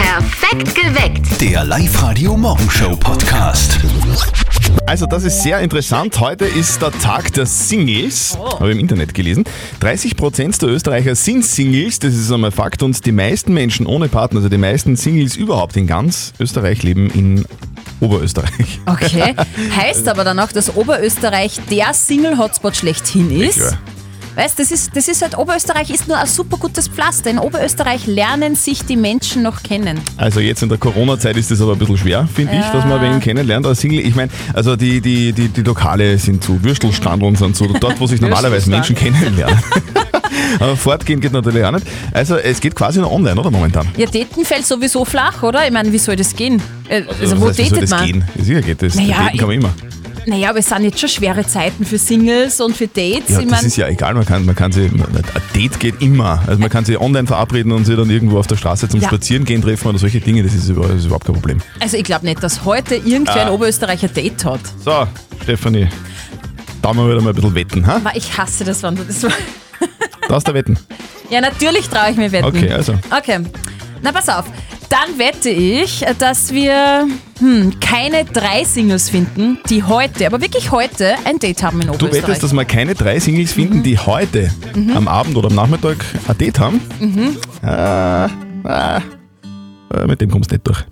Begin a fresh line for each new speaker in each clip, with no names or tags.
Perfekt geweckt.
Der Live-Radio Morgenshow Podcast.
Also, das ist sehr interessant. Heute ist der Tag der Singles. Habe ich im Internet gelesen. 30% der Österreicher sind Singles, das ist einmal Fakt. Und die meisten Menschen ohne Partner, also die meisten Singles überhaupt in ganz Österreich, leben in Oberösterreich.
Ah, Okay. Heißt aber dann auch, dass Oberösterreich der Single-Hotspot schlechthin ist.
klar.
Weißt, das ist, das ist halt, Oberösterreich ist nur ein super gutes Pflaster. In Oberösterreich lernen sich die Menschen noch kennen.
Also jetzt in der Corona-Zeit ist das aber ein bisschen schwer, finde ich, dass man wen kennenlernt als Single. Ich meine, also die, die, die, die Lokale sind zu, Würstelstandeln sind zu, dort, wo sich normalerweise Menschen kennenlernen. aber fortgehen geht natürlich auch nicht. Also es geht quasi nur online, oder momentan?
Ja, Daten fällt sowieso flach, oder? Ich meine, wie soll das gehen? Äh, Also, wo
was heißt, wie soll
datet
das
man?
Gehen? Ja, sicher geht das.
Naja,
daten kann man immer.
Naja, aber es sind jetzt schon schwere Zeiten für Singles und für Dates.
Ja, das
ich meine,
ist ja egal, man kann, man kann sie, man- ein Date geht immer. Also man kann sie online verabreden und sie dann irgendwo auf der Straße zum
Ja.
Spazierengehen treffen oder solche Dinge, das ist, über- das ist überhaupt kein Problem.
also ich glaube nicht, dass heute irgendwer
Ah.
ein Oberösterreicher Date hat.
So, Stefanie, da mal wieder mal ein bisschen wetten, ha?
Aber ich hasse das, wenn du das machst.
Da ist der Wetten.
Ja, natürlich traue ich mir wetten.
Okay, also.
Okay. Na, pass auf. Dann wette ich, dass wir hm, keine drei Singles finden, die heute, aber wirklich heute, ein Date haben in
Du
Oberösterreich.
wettest, dass wir keine drei Singles finden, die heute am Abend oder am Nachmittag ein Date haben?
Mhm.
Ah, ah, äh, mit dem kommst du nicht durch.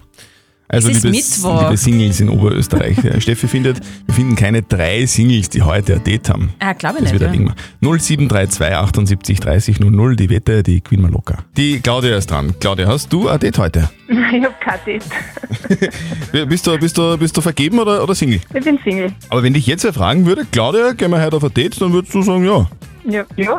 Also
Es ist
liebe,
Mittwoch.
liebe Singles in Oberösterreich. ja, Steffi findet, wir finden keine drei Singles, die heute ein Date haben.
Ah, glaube ich
Das
nicht.
wird ein Ding
Ja.
mal. 0732 78 30 00, die Wette, die gewinnen wir locker. Die Claudia ist dran. Claudia, hast du ein Date heute?
Ich hab kein Date.
Bist du, bist du, bist du vergeben oder, oder Single?
Ich bin Single.
Aber wenn dich jetzt wer fragen würde, Claudia, gehen wir heute auf ein Date, dann würdest du sagen, ja.
Ja. ja.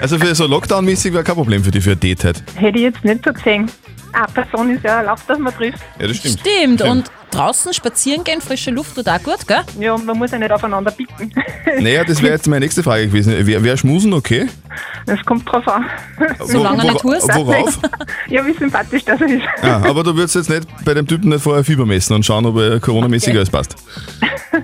Also für so Lockdown-mäßig wäre kein Problem für die für ein Date halt.
Hätte ich jetzt nicht so gesehen. Eine Person ist ja erlaubt, dass man trifft.
Ja, das
Stimmt. Und draußen spazieren gehen, frische Luft tut auch gut, gell?
Ja, und man muss ja nicht aufeinander bieten.
Naja, das wäre jetzt meine nächste Frage gewesen. Wer, wer schmusen, okay?
Das kommt drauf an.
Solange er nicht hust.
Worauf?
Ja, wie sympathisch das ist.
Ah, aber du würdest jetzt nicht bei dem Typen nicht vorher Fieber messen und schauen, ob er Corona-mäßig alles passt.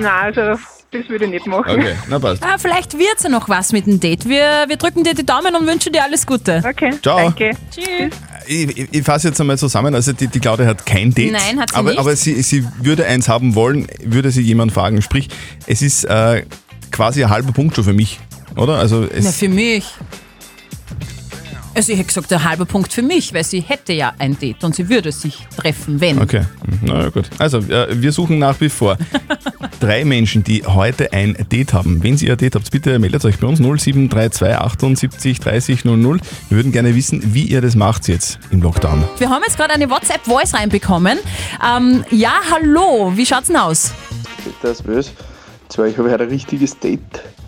Nein, also das würde ich nicht machen.
Okay, na passt.
Ah, vielleicht wird's ja noch was mit dem Date. Wir, wir drücken dir die Daumen und wünschen dir alles Gute.
Okay,
Ciao.
danke.
Tschüss.
Ich, ich, ich fasse jetzt einmal zusammen. Also die, die Claudia hat kein Date.
Nein, hat sie
aber,
nicht.
Aber sie, sie würde eins haben wollen, würde sie jemand fragen. Sprich, es ist äh, quasi ein halber Punkt schon für mich, oder? Also es,
Na, für mich. Also ich hätte gesagt, ein halber Punkt für mich, weil sie hätte ja ein Date und sie würde sich treffen, wenn.
Okay, na ja, gut. Also, äh, wir suchen nach wie vor drei Menschen, die heute ein Date haben. Wenn Sie ihr Date habt, bitte meldet euch bei uns 0732 78 30 00. Wir würden gerne wissen, wie ihr das macht jetzt im Lockdown.
Wir haben jetzt gerade eine WhatsApp-Voice reinbekommen. Ähm, ja, hallo, wie schaut's denn aus?
Das ist böse. Zwar, ich habe heute ein richtiges Date.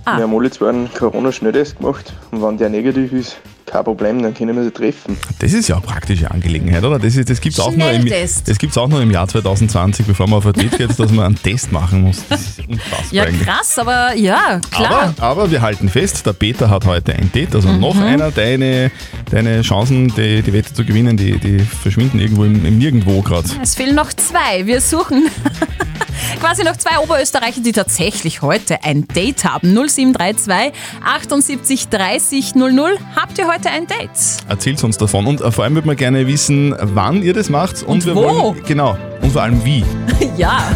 Ah.
Wir haben alle zwei einen Corona-Schnelltest gemacht und wenn der negativ ist, kein Problem, dann können wir sie treffen.
Das ist ja eine praktische Angelegenheit, oder? Das, ist- das gibt es auch, nur im-
Schnelltest.
das gibt's auch nur im Jahr 2020, bevor man auf ein Date geht, dass man einen Test machen muss. Das ist unfassbar
Ja,
eigentlich.
krass, aber ja, klar. Mhm.
Aber, aber wir halten fest, der Peter hat heute ein Date, also noch einer. Deine, deine Chancen, die, die Wette zu gewinnen, die, die verschwinden irgendwo im, im Nirgendwo gerade.
Es fehlen noch zwei. Wir suchen quasi noch zwei Oberösterreicher, die tatsächlich heute ein Date haben. 0732 78 30 00. Habt ihr heute ein Date?
Erzählt uns davon. Und äh, vor allem würde man gerne wissen, wann ihr das macht. Und,
Und
wir
wo?
wollen. Genau. Und vor allem wie.
Ja.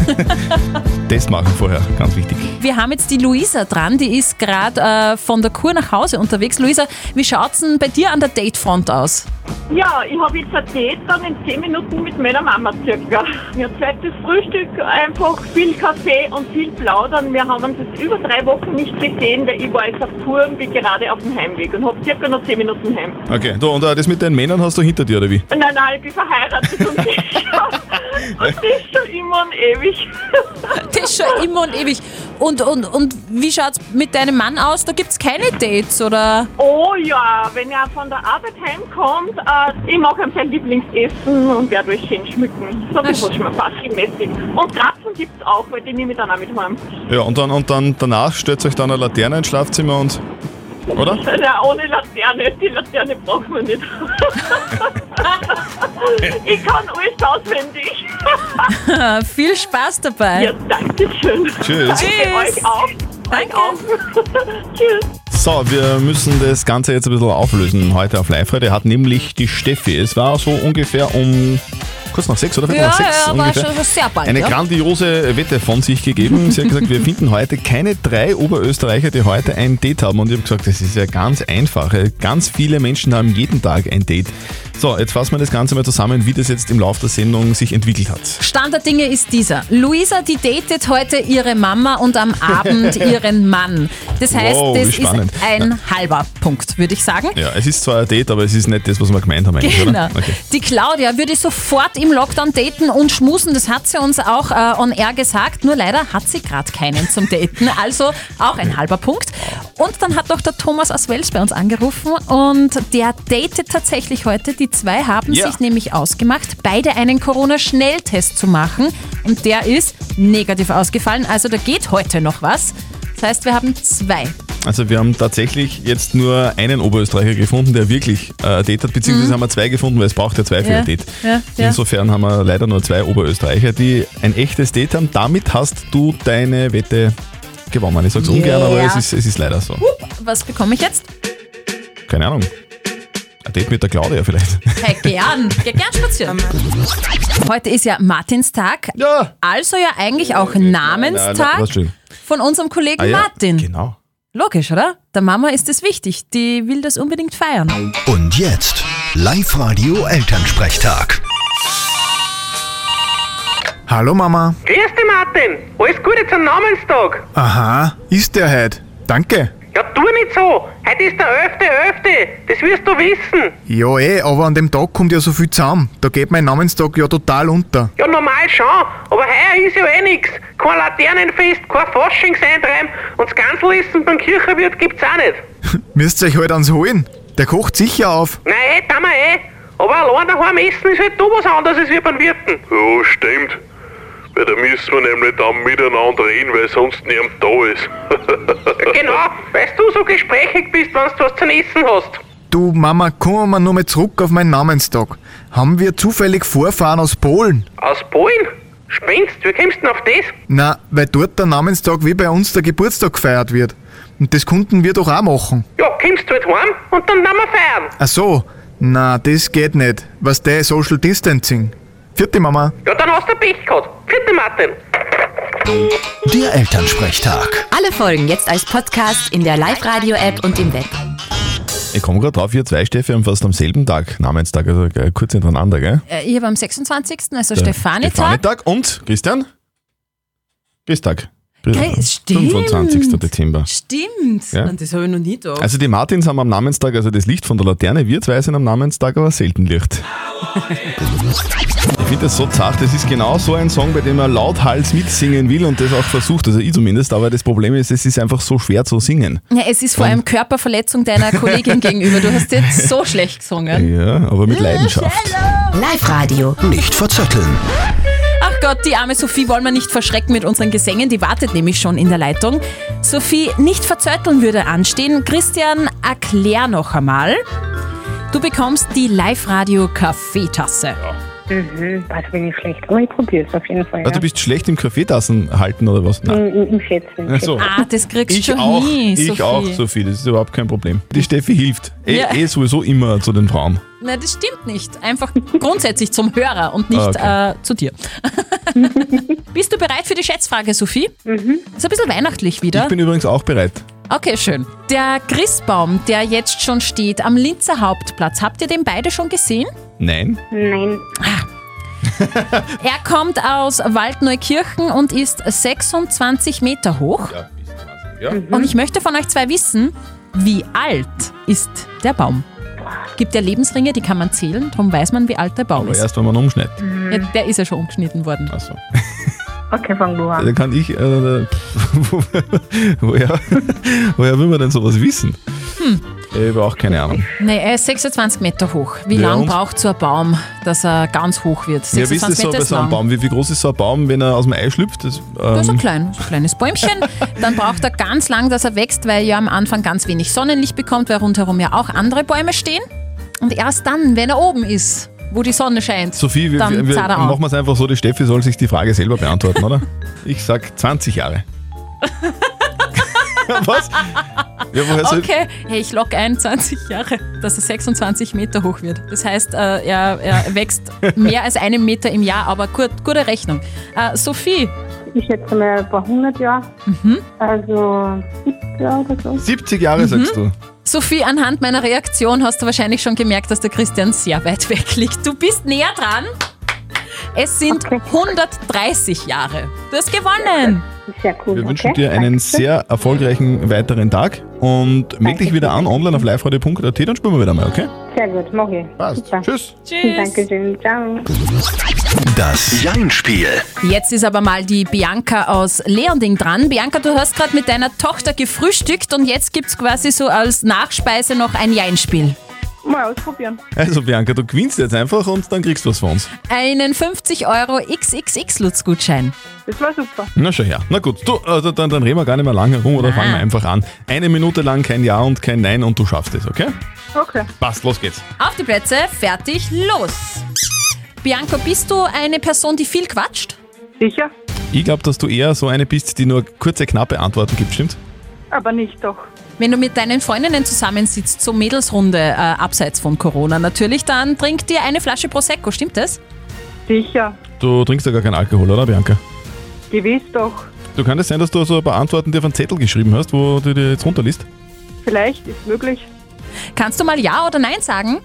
Test machen vorher, ganz wichtig.
Wir haben jetzt die Luisa dran, die ist gerade äh, von der Kur nach Hause unterwegs. Luisa, wie schaut's denn bei dir an der Datefront aus?
Ja, ich habe jetzt ein Date dann in 10 Minuten mit meiner Mama circa. Ja, zweites Frühstück, einfach viel Kaffee und viel Plaudern. Wir haben uns jetzt über drei Wochen nicht gesehen, weil ich war jetzt auf Tour und bin gerade auf dem Heimweg und habe circa noch 10 Minuten heim.
Okay. Du, und äh, das mit den Männern hast du hinter dir, oder wie?
Nein, nein, ich bin verheiratet und ich und das ist schon immer und ewig.
Das ist schon immer und ewig. Und, und, und wie schaut's mit deinem Mann aus? Da gibt's keine Dates, oder?
Oh ja, wenn er von der Arbeit heimkommt, äh, ich mache ihm sein Lieblingsessen und werde euch schön schmücken. So ein bisschen schmackmäßig. Und Kratzen gibt's auch, weil die nehme ich dann auch mit heim.
Ja, und dann, und dann danach stellt euch dann eine Laterne ins Schlafzimmer und. Oder?
Na, ohne Laterne. Die Laterne braucht man nicht. ich kann alles auswendig.
Äh, viel Spaß dabei.
Ja, danke schön.
Tschüss.
Danke
Tschüss.
euch auch.
Danke.
Tschüss.
So, wir müssen das Ganze jetzt ein bisschen auflösen heute auf live Der hat nämlich die Steffi, es war so ungefähr um kurz nach sechs oder viertel
Ja,
nach sechs
ja, war
ungefähr,
schon sehr bald,
eine
ja.
grandiose Wette von sich gegeben. Sie hat gesagt, wir finden heute keine drei Oberösterreicher, die heute ein Date haben. Und ich habe gesagt, das ist ja ganz einfach. Ganz viele Menschen haben jeden Tag ein Date. So, jetzt fassen wir das Ganze mal zusammen, wie das jetzt im Laufe der Sendung sich entwickelt hat.
Stand der Dinge ist dieser. Luisa, die datet heute ihre Mama und am Abend ihren Mann. Das heißt,
Wow, wie
das ist
spannend.
ein halber Punkt, würde ich sagen.
Ja, es ist zwar ein Date, aber es ist nicht das, was wir gemeint haben eigentlich,
Genau.
oder? Okay.
Die Claudia würde sofort im Lockdown daten und schmusen. Das hat sie uns auch äh, on air gesagt. Nur leider hat sie gerade keinen zum Daten. Also auch ein halber Punkt. Und dann hat noch der Thomas aus Wels bei uns angerufen und der datet tatsächlich heute. Die zwei haben
Ja.
sich nämlich ausgemacht, beide einen Corona-Schnelltest zu machen. Und der ist negativ ausgefallen. Also da geht heute noch was. Das heißt, wir haben zwei.
Also wir haben tatsächlich jetzt nur einen Oberösterreicher gefunden, der wirklich äh, ein Date hat, beziehungsweise haben wir zwei gefunden, weil es braucht ja zwei für
Mhm. Ja,
ein Date.
ja, ja.
Insofern haben wir leider nur zwei Oberösterreicher, die ein echtes Date haben. Damit hast du deine Wette gewonnen. Ich sag's ungern, aber
Yeah.
es ist, es ist leider so.
Was bekomme ich jetzt?
Keine Ahnung. Ein Date mit der Claudia vielleicht.
Hey, Äh, gern. Geh gern spazieren. Heute ist ja Martinstag.
Ja!
Also ja eigentlich auch
Nein, nein,
Namenstag
was, Entschuldigung.
von unserem Kollegen
Ah, ja,
Martin.
Genau.
Logisch, oder? Der Mama ist es wichtig. Die will das unbedingt feiern.
Und jetzt Live-Radio Elternsprechtag.
Hallo Mama.
Grüß dich, Martin. Alles Gute zum Namenstag.
Aha, Ah, ist der heute. Danke.
Ja, tu nicht so. Heute ist der 11.11. Das wirst du wissen.
Ja eh, aber an dem Tag kommt ja so viel zusammen. Da geht mein Namenstag ja total unter.
Ja, normal schon. Aber heuer ist ja eh nix. Kein Laternenfest, kein Faschingseintreiben und das Ganzlissen beim Kirchenwirt gibt's auch nicht.
Müsst ihr euch halt ans holen. Der kocht sicher auf.
Nein, eh, tun wir eh. Aber allein daheim essen ist halt da was anderes als wir beim Wirten.
Ja, stimmt. Weil da müssen wir nämlich dann miteinander reden, weil sonst niemand da ist.
genau, weil du so gesprächig bist, wenn du was zum Essen hast.
Du Mama, kommen wir nochmal zurück auf meinen Namenstag. Haben wir zufällig Vorfahren aus Polen?
Aus Polen? Spinnst, wie kommst du denn auf das?
Na, weil dort der Namenstag wie bei uns der Geburtstag gefeiert wird. Und das konnten wir doch auch machen.
Ja, kommst du halt heim und dann nehmen wir feiern.
Ach so, na, das geht nicht. Was der Social Distancing. Vierte Mama.
Ja, dann hast du Pech gehabt. Vierte Martin.
Der Elternsprechtag.
Alle Folgen jetzt als Podcast in der Live-Radio-App und im Web.
Ich komme gerade drauf, wir zwei Steffi haben fast am selben Tag Namenstag, also äh, kurz hintereinander, gell?
Äh, Ich habe am 26., also
Der
Stefanitag.
Stefanitag und Christian? Christtag.
Gell, stimmt.
25. Dezember.
Stimmt.
Ja.
Mann, Das habe ich noch nie da.
Also die Martins haben am Namenstag, also das Licht von der Laterne, wir zwei sind am Namenstag, aber selten Licht. Ich finde das so zart, das ist genau so ein Song, bei dem man lauthals mitsingen will und das auch versucht, also ich zumindest, aber das Problem ist, es ist einfach so schwer zu singen.
ja, es ist vor allem Körperverletzung deiner Kollegin gegenüber. Du hast jetzt so schlecht gesungen.
Ja, aber mit Leidenschaft.
Live-Radio.
Nicht verzetteln.
Ach Gott, die arme Sophie wollen wir nicht verschrecken mit unseren Gesängen. Die wartet nämlich schon in der Leitung. Sophie, nicht verzötteln würde anstehen. Christian, erklär noch einmal. Du bekommst die Live-Radio-Kaffeetasse.
Mhm, also bin ich schlecht. Aber ich probiere es auf jeden Fall.
Also du bist schlecht im Kaffeetassen halten oder was? Nein.
ja. Im Schätzen.
Ach so.
Ah, das kriegst du
Ich
schon
auch,
nie,
ich
Sophie.
auch, Sophie, das ist überhaupt kein Problem. Die Steffi hilft. Eh,
Ja.
eh sowieso immer zu den Frauen.
Nein, das stimmt nicht. Einfach grundsätzlich zum Hörer und nicht
Ah, Okay.
äh, zu dir. Bist du bereit für die Schätzfrage, Sophie? Mhm. Ist ein bisschen weihnachtlich wieder.
Ich bin übrigens auch bereit.
Okay, schön. Der Christbaum, der jetzt schon steht am Linzer Hauptplatz, habt ihr den beide schon gesehen?
Nein?
Nein.
Ah. Er kommt aus Waldneukirchen und ist 26 Meter hoch. Und ich möchte von euch zwei wissen, wie alt ist der Baum? Gibt ja Lebensringe, die kann man zählen, darum weiß man, wie alt der Baum
Aber
ist.
erst, wenn man umschneidet.
Ja, der ist ja schon umgeschnitten worden.
Ach so.
Okay, fang du an.
Dann kann ich. Äh, äh, wo- woher, woher will man denn sowas wissen?
Hm.
Ich habe auch keine Ahnung.
Nee, er ist 26 Meter hoch. Wie
Ja,
lang
und?
braucht so ein Baum, dass er ganz hoch wird?
Ja, wisst ihr
26
so
Meter
bei
ist
so einem
lang.
Baum? Wie, wie groß ist so ein Baum, wenn er aus dem Ei schlüpft? Das,
Ja, so
ähm,
klein, so ein kleines Bäumchen. Dann braucht er ganz lang, dass er wächst, weil er ja am Anfang ganz wenig Sonnenlicht bekommt, weil rundherum ja auch andere Bäume stehen. Und erst dann, wenn er oben ist, wo die Sonne scheint,
Sophie, wir,
dann
wir, wir
zahlt er
machen
auf.
es einfach so: die Steffi soll sich die Frage selber beantworten, oder? Ich sag 20 Jahre. Was? Ja, woher soll
Okay, hey, ich lock ein, 20 Jahre, dass er 26 Meter hoch wird. Das heißt, äh, er, er wächst mehr als einen Meter im Jahr, aber gut, gute Rechnung. Äh, Sophie,
Ich schätze mal ein paar hundert Jahre. Also 70 Jahre oder so.
70
Mhm.
Jahre, sagst du.
Sophie, anhand meiner Reaktion hast du wahrscheinlich schon gemerkt, dass der Christian sehr weit weg liegt. Du bist näher dran. Es sind 130 Jahre. Du hast gewonnen.
Sehr cool.
Wir wünschen dir einen sehr erfolgreichen weiteren Tag und melde dich wieder an online auf liveradio.at, dann spielen wir wieder mal, okay?
Sehr gut, mach ich. Passt. Super.
Tschüss.
Tschüss. Dankeschön. Ciao.
Das Jein-Spiel.
Jetzt ist aber mal die Bianca aus Leonding dran. Bianca, du hast gerade mit deiner Tochter gefrühstückt und jetzt gibt's quasi so als Nachspeise noch ein Jeinspiel.
Mal ausprobieren.
Also Bianca, du gewinnst jetzt einfach und dann kriegst du was von uns.
Einen 50 Euro XXX-Lutz-Gutschein.
Das war super.
Na schau her. Na gut, du, äh, dann, dann reden wir gar nicht mehr lange herum oder fangen wir einfach an. Eine Minute lang kein Ja und kein Nein und du schaffst es, okay?
Okay.
Passt, los geht's.
Auf die Plätze, fertig, los! Bianca, bist du eine Person, die viel quatscht?
Sicher?
Ich glaube, dass du eher so eine bist, die nur kurze, knappe Antworten gibt, stimmt?
Aber nicht doch.
Wenn du mit deinen Freundinnen zusammensitzt, so Mädelsrunde, äh, abseits von Corona natürlich, dann trink dir eine Flasche Prosecco, stimmt das?
Sicher.
Du trinkst ja gar keinen Alkohol, oder Bianca?
Gewiss doch.
Du kann es sein, dass du so ein paar Antworten dir auf einen Zettel geschrieben hast, wo du dir jetzt runterliest?
Vielleicht ist möglich.
Kannst du mal Ja oder Nein sagen?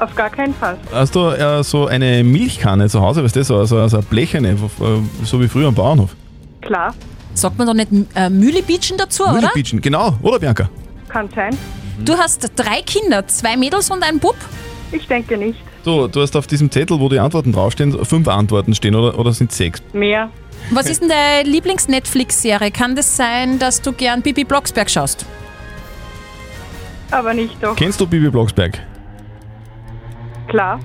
Auf gar keinen Fall.
Hast du äh, so eine Milchkanne zu Hause, weißt du, so, so, so eine blecherne, wo- äh, so wie früher am Bauernhof?
Klar.
Sagt man doch nicht äh, Mühlebitschen dazu, oder?
Müllebitschen, genau, oder Bianca?
Kann sein.
Du hast drei Kinder, zwei Mädels und ein Bub.
Ich denke nicht.
So, du hast auf diesem Zettel, wo die Antworten draufstehen, fünf Antworten stehen, oder, oder sind sechs?
Mehr.
Was ist denn deine Lieblings-Netflix-Serie? Kann das sein, dass du gern Bibi Blocksberg schaust?
Aber nicht doch.
Kennst du Bibi Blocksberg?
Klar.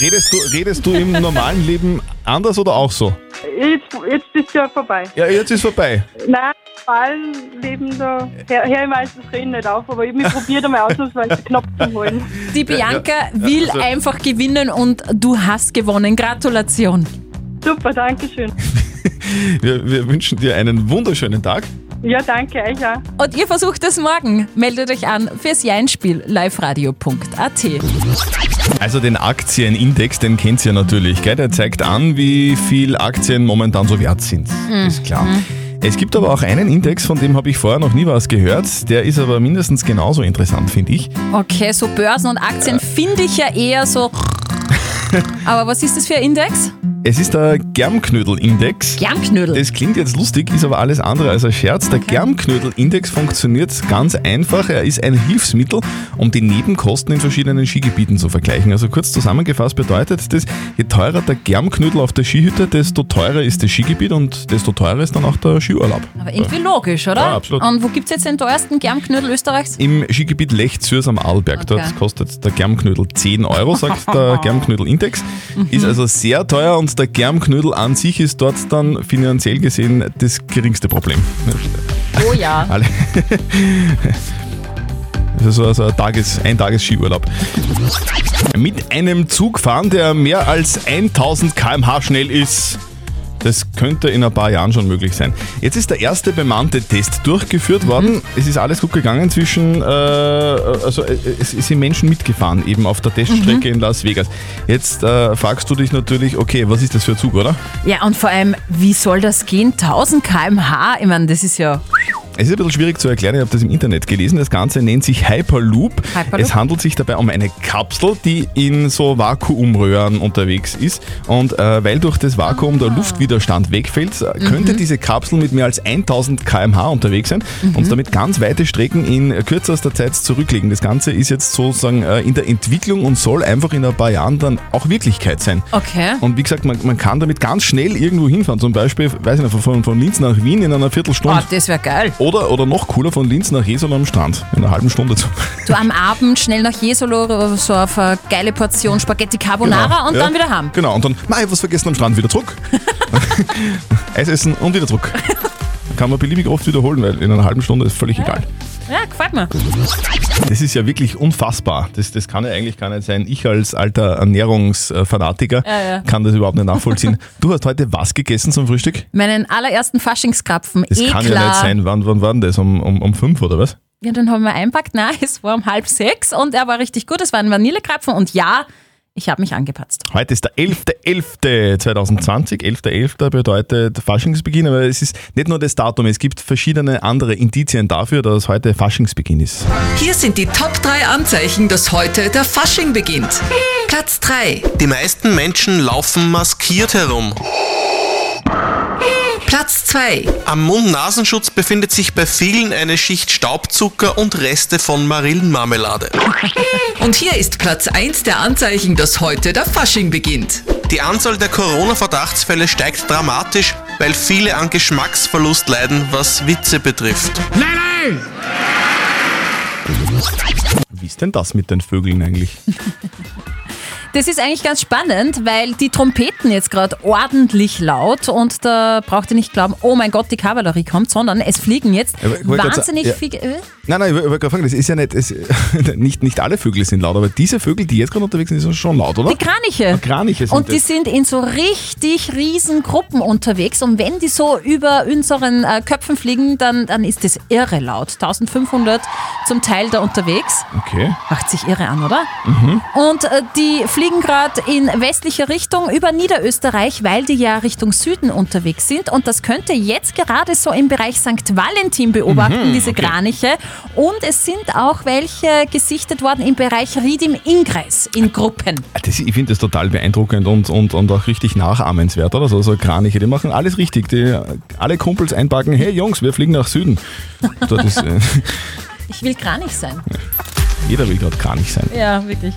Redest du, redest du im normalen Leben anders oder auch so?
Jetzt, jetzt ist ja vorbei.
Ja, jetzt ist vorbei.
Nein, allen Leben da. Hör, hör ich meistens reden nicht auf, aber ich probiere einmal ausnahmsweise Knopf zu holen.
Die Bianca
ja, ja,
will
also-
einfach gewinnen und du hast gewonnen. Gratulation.
Super, danke schön.
Wir, wir wünschen dir einen wunderschönen Tag.
Ja, danke, euch auch.
Und ihr versucht es morgen. Meldet euch an fürs Jeinspiel liveradio.at.
Also den Aktienindex, den kennt ihr natürlich, gell? Der zeigt an, wie viel Aktien momentan so wert sind. Ist klar. Es gibt aber auch einen Index, von dem habe ich vorher noch nie was gehört. Der ist aber mindestens genauso interessant, finde ich.
Okay, so Börsen und Aktien finde ich ja eher so. Aber was ist das für ein Index?
Es ist der Germknödel-Index.
Germknödel?
Das klingt jetzt lustig, ist aber alles andere als ein Scherz. Der Germknödel-Index funktioniert ganz einfach. Er ist ein Hilfsmittel, um die Nebenkosten in verschiedenen Skigebieten zu vergleichen. Also kurz zusammengefasst bedeutet das, je teurer der Germknödel auf der Skihütte, desto teurer ist das Skigebiet und desto teurer ist dann auch der Skiurlaub.
Aber irgendwie logisch, oder?
Ja, absolut.
Und wo gibt es jetzt den teuersten Germknödel Österreichs?
Im Skigebiet Lech-Zürs am Arlberg.
Okay.
Dort kostet der Germknödel 10 Euro, sagt der Germknödel-Index.
Mhm.
Ist also sehr teuer und der Germknödel an sich ist dort dann finanziell gesehen das geringste Problem.
Oh ja.
Alle. Das ist so, so ein, Tages-, ein Tages-Skiurlaub. Mit einem Zug fahren, der mehr als 1000 km/h schnell ist. Das könnte in ein paar Jahren schon möglich sein. Jetzt ist der erste bemannte Test durchgeführt worden. Es ist alles gut gegangen zwischen, äh, also äh, es es sind Menschen mitgefahren, eben auf der Teststrecke in Las Vegas. Jetzt äh, fragst du dich natürlich, okay, was ist das für ein Zug, oder?
Ja, und vor allem, wie soll das gehen? 1000 km/h? Ich meine, das ist ja.
Es ist ein bisschen schwierig zu erklären, ich habe das im Internet gelesen. Das Ganze nennt sich Hyperloop.
Hyperloop.
Es handelt sich dabei um eine Kapsel, die in so Vakuumröhren unterwegs ist. Und äh, weil durch das Vakuum
Ah.
der Luftwiderstand wegfällt, äh,
Mhm.
könnte diese Kapsel mit mehr als 1000 km/h unterwegs sein
Mhm.
und damit ganz weite Strecken in kürzester Zeit zurücklegen. Das Ganze ist jetzt sozusagen äh, in der Entwicklung und soll einfach in ein paar Jahren dann auch Wirklichkeit sein.
Okay.
Und wie gesagt, man, man kann damit ganz schnell irgendwo hinfahren. Zum Beispiel, weiß ich nicht, von, von Linz nach Wien in einer Viertelstunde.
Ah, das wäre geil.
Oder, oder noch cooler, von Linz nach Jesolo am Strand. In einer halben Stunde. zu-
So am Abend schnell nach Jesolo so auf eine geile Portion Spaghetti Carbonara
Genau,
und
ja.
dann wieder heim.
Genau, und dann, mei, was vergessen am Strand, wieder zurück. Eis essen und wieder zurück. Kann kann man beliebig oft wiederholen, weil in einer halben Stunde ist völlig egal.
Ja, gefällt mir.
Das ist ja wirklich unfassbar. Das, das kann ja eigentlich gar nicht sein. Ich als alter Ernährungsfanatiker
Ja, ja.
kann das überhaupt nicht nachvollziehen. du hast heute was gegessen zum Frühstück?
Meinen allerersten Faschingskrapfen.
Das
eh
kann
klar.
ja nicht sein. Wann, wann war denn das? Um, um, um fünf oder was?
Ja, den haben wir einpackt. Nein, es war um halb sechs und er war richtig gut. Es war ein Vanillekrapfen und ja, ich habe mich angepatzt.
Heute ist der 11.11.2020. 11.11. bedeutet Faschingsbeginn, aber es ist nicht nur das Datum, es gibt verschiedene andere Indizien dafür, dass heute Faschingsbeginn ist.
Hier sind die Top 3 Anzeichen, dass heute der Fasching beginnt. Platz 3.
Die meisten Menschen laufen maskiert herum.
Platz 2.
Am Mund-Nasenschutz befindet sich bei vielen eine Schicht Staubzucker und Reste von Marillenmarmelade.
Und hier ist Platz 1 der Anzeichen, dass heute der Fasching beginnt.
Die Anzahl der Corona-Verdachtsfälle steigt dramatisch, weil viele an Geschmacksverlust leiden, was Witze betrifft.
Nein, nein!
Wie ist denn das mit den Vögeln eigentlich?
Das ist eigentlich ganz spannend, weil die Trompeten jetzt gerade ordentlich laut und da braucht ihr nicht glauben, oh mein Gott, die Kavallerie kommt, sondern es fliegen jetzt
Aber ich wollte grad
wahnsinnig
sagen,
viele.
ja.
Äh,
Nein, nein, ich wollte gerade fragen, das ist ja nicht, es, nicht, nicht alle Vögel sind laut, aber diese Vögel, die jetzt gerade unterwegs sind, sind schon laut, oder?
Die Kraniche.
Ah, Kraniche sind
und die
das.
sind in so richtig riesen Gruppen unterwegs und wenn die so über unseren äh, Köpfen fliegen, dann, dann ist das irre laut. 1500 zum Teil da unterwegs.
Okay.
Macht sich irre an, oder?
Mhm.
Und äh, die fliegen gerade in westliche Richtung über Niederösterreich, weil die ja Richtung Süden unterwegs sind. Und das könnt ihr jetzt gerade so im Bereich St. Valentin beobachten,
Mhm,
diese
okay.
Kraniche. Und es sind auch welche gesichtet worden im Bereich Ried im Ingress in Gruppen.
Das, ich finde das total beeindruckend und, und, und auch richtig nachahmenswert, oder? So, so Kraniche, die machen alles richtig. Die, alle Kumpels einpacken, hey Jungs, wir fliegen nach Süden. Dort ist, äh,
Ich will Kranich sein.
jeder will gerade Kranich sein.
Ja, wirklich.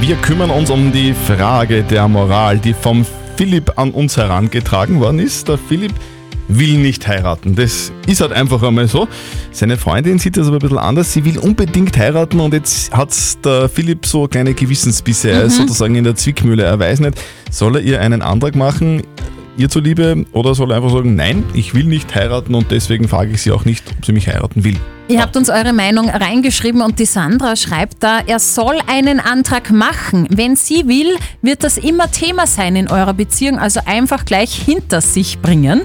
Wir kümmern uns um die Frage der Moral, die vom Philipp an uns herangetragen worden ist. Der Philipp will nicht heiraten. Das ist halt einfach einmal so. Seine Freundin sieht das aber ein bisschen anders. Sie will unbedingt heiraten und jetzt hat der Philipp so kleine Gewissensbisse. Er ist
Mhm.
sozusagen in der Zwickmühle. Er weiß nicht, soll er ihr einen Antrag machen, ihr zuliebe, oder soll er einfach sagen, nein, ich will nicht heiraten und deswegen frage ich sie auch nicht, ob sie mich heiraten will.
Ihr habt uns eure Meinung reingeschrieben und die Sandra schreibt da, er soll einen Antrag machen. Wenn sie will, wird das immer Thema sein in eurer Beziehung, also einfach gleich hinter sich bringen.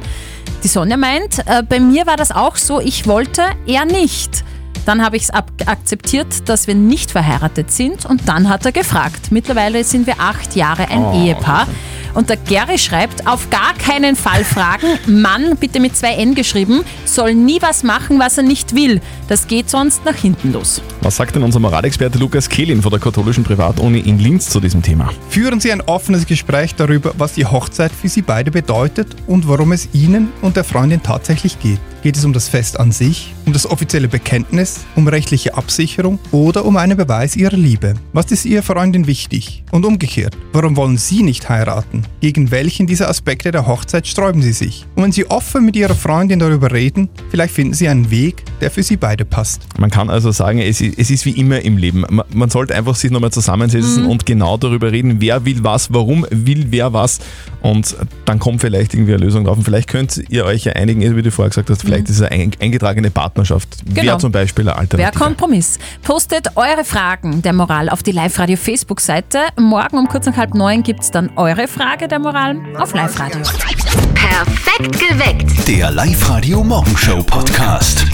Die Sonja meint, äh, bei mir war das auch so, ich wollte, er nicht. Dann habe ich es akzeptiert, dass wir nicht verheiratet sind und dann hat er gefragt. Mittlerweile sind wir acht Jahre ein
Oh,
Ehepaar. Und der Gary schreibt, auf gar keinen Fall fragen. Mann, bitte mit zwei N geschrieben, soll nie was machen, was er nicht will. Das geht sonst nach hinten los.
Was sagt denn unser Moralexperte Lukas Kehlin von der katholischen Privatuni in Linz zu diesem Thema?
Führen Sie ein offenes Gespräch darüber, was die Hochzeit für Sie beide bedeutet und worum es Ihnen und der Freundin tatsächlich geht. Geht es um das Fest an sich, um das offizielle Bekenntnis, um rechtliche Absicherung oder um einen Beweis Ihrer Liebe? Was ist Ihrer Freundin wichtig? Und umgekehrt, warum wollen Sie nicht heiraten? Gegen welchen dieser Aspekte der Hochzeit sträuben Sie sich? Und wenn Sie offen mit Ihrer Freundin darüber reden, vielleicht finden Sie einen Weg, der für Sie beide passt.
Man kann also sagen, es ist, es ist wie immer im Leben. Man, man sollte einfach sich nochmal zusammensetzen
Mhm.
und genau darüber reden, wer will was, warum will wer was. Und dann kommt vielleicht irgendwie eine Lösung drauf. Und vielleicht könnt ihr euch ja einigen, eh, wie du vorher gesagt hast, vielleicht ist eine ein- eingetragene Partnerschaft.
Mhm. Genau.
Wer zum Beispiel eine
Wer
Alternative.
Kompromiss? Postet eure Fragen der Moral auf die Live-Radio Facebook-Seite. Morgen um kurz nach halb neun gibt es dann eure Frage der Moral auf Live-Radio.
Perfekt geweckt.
Der Live-Radio Morgenshow Podcast.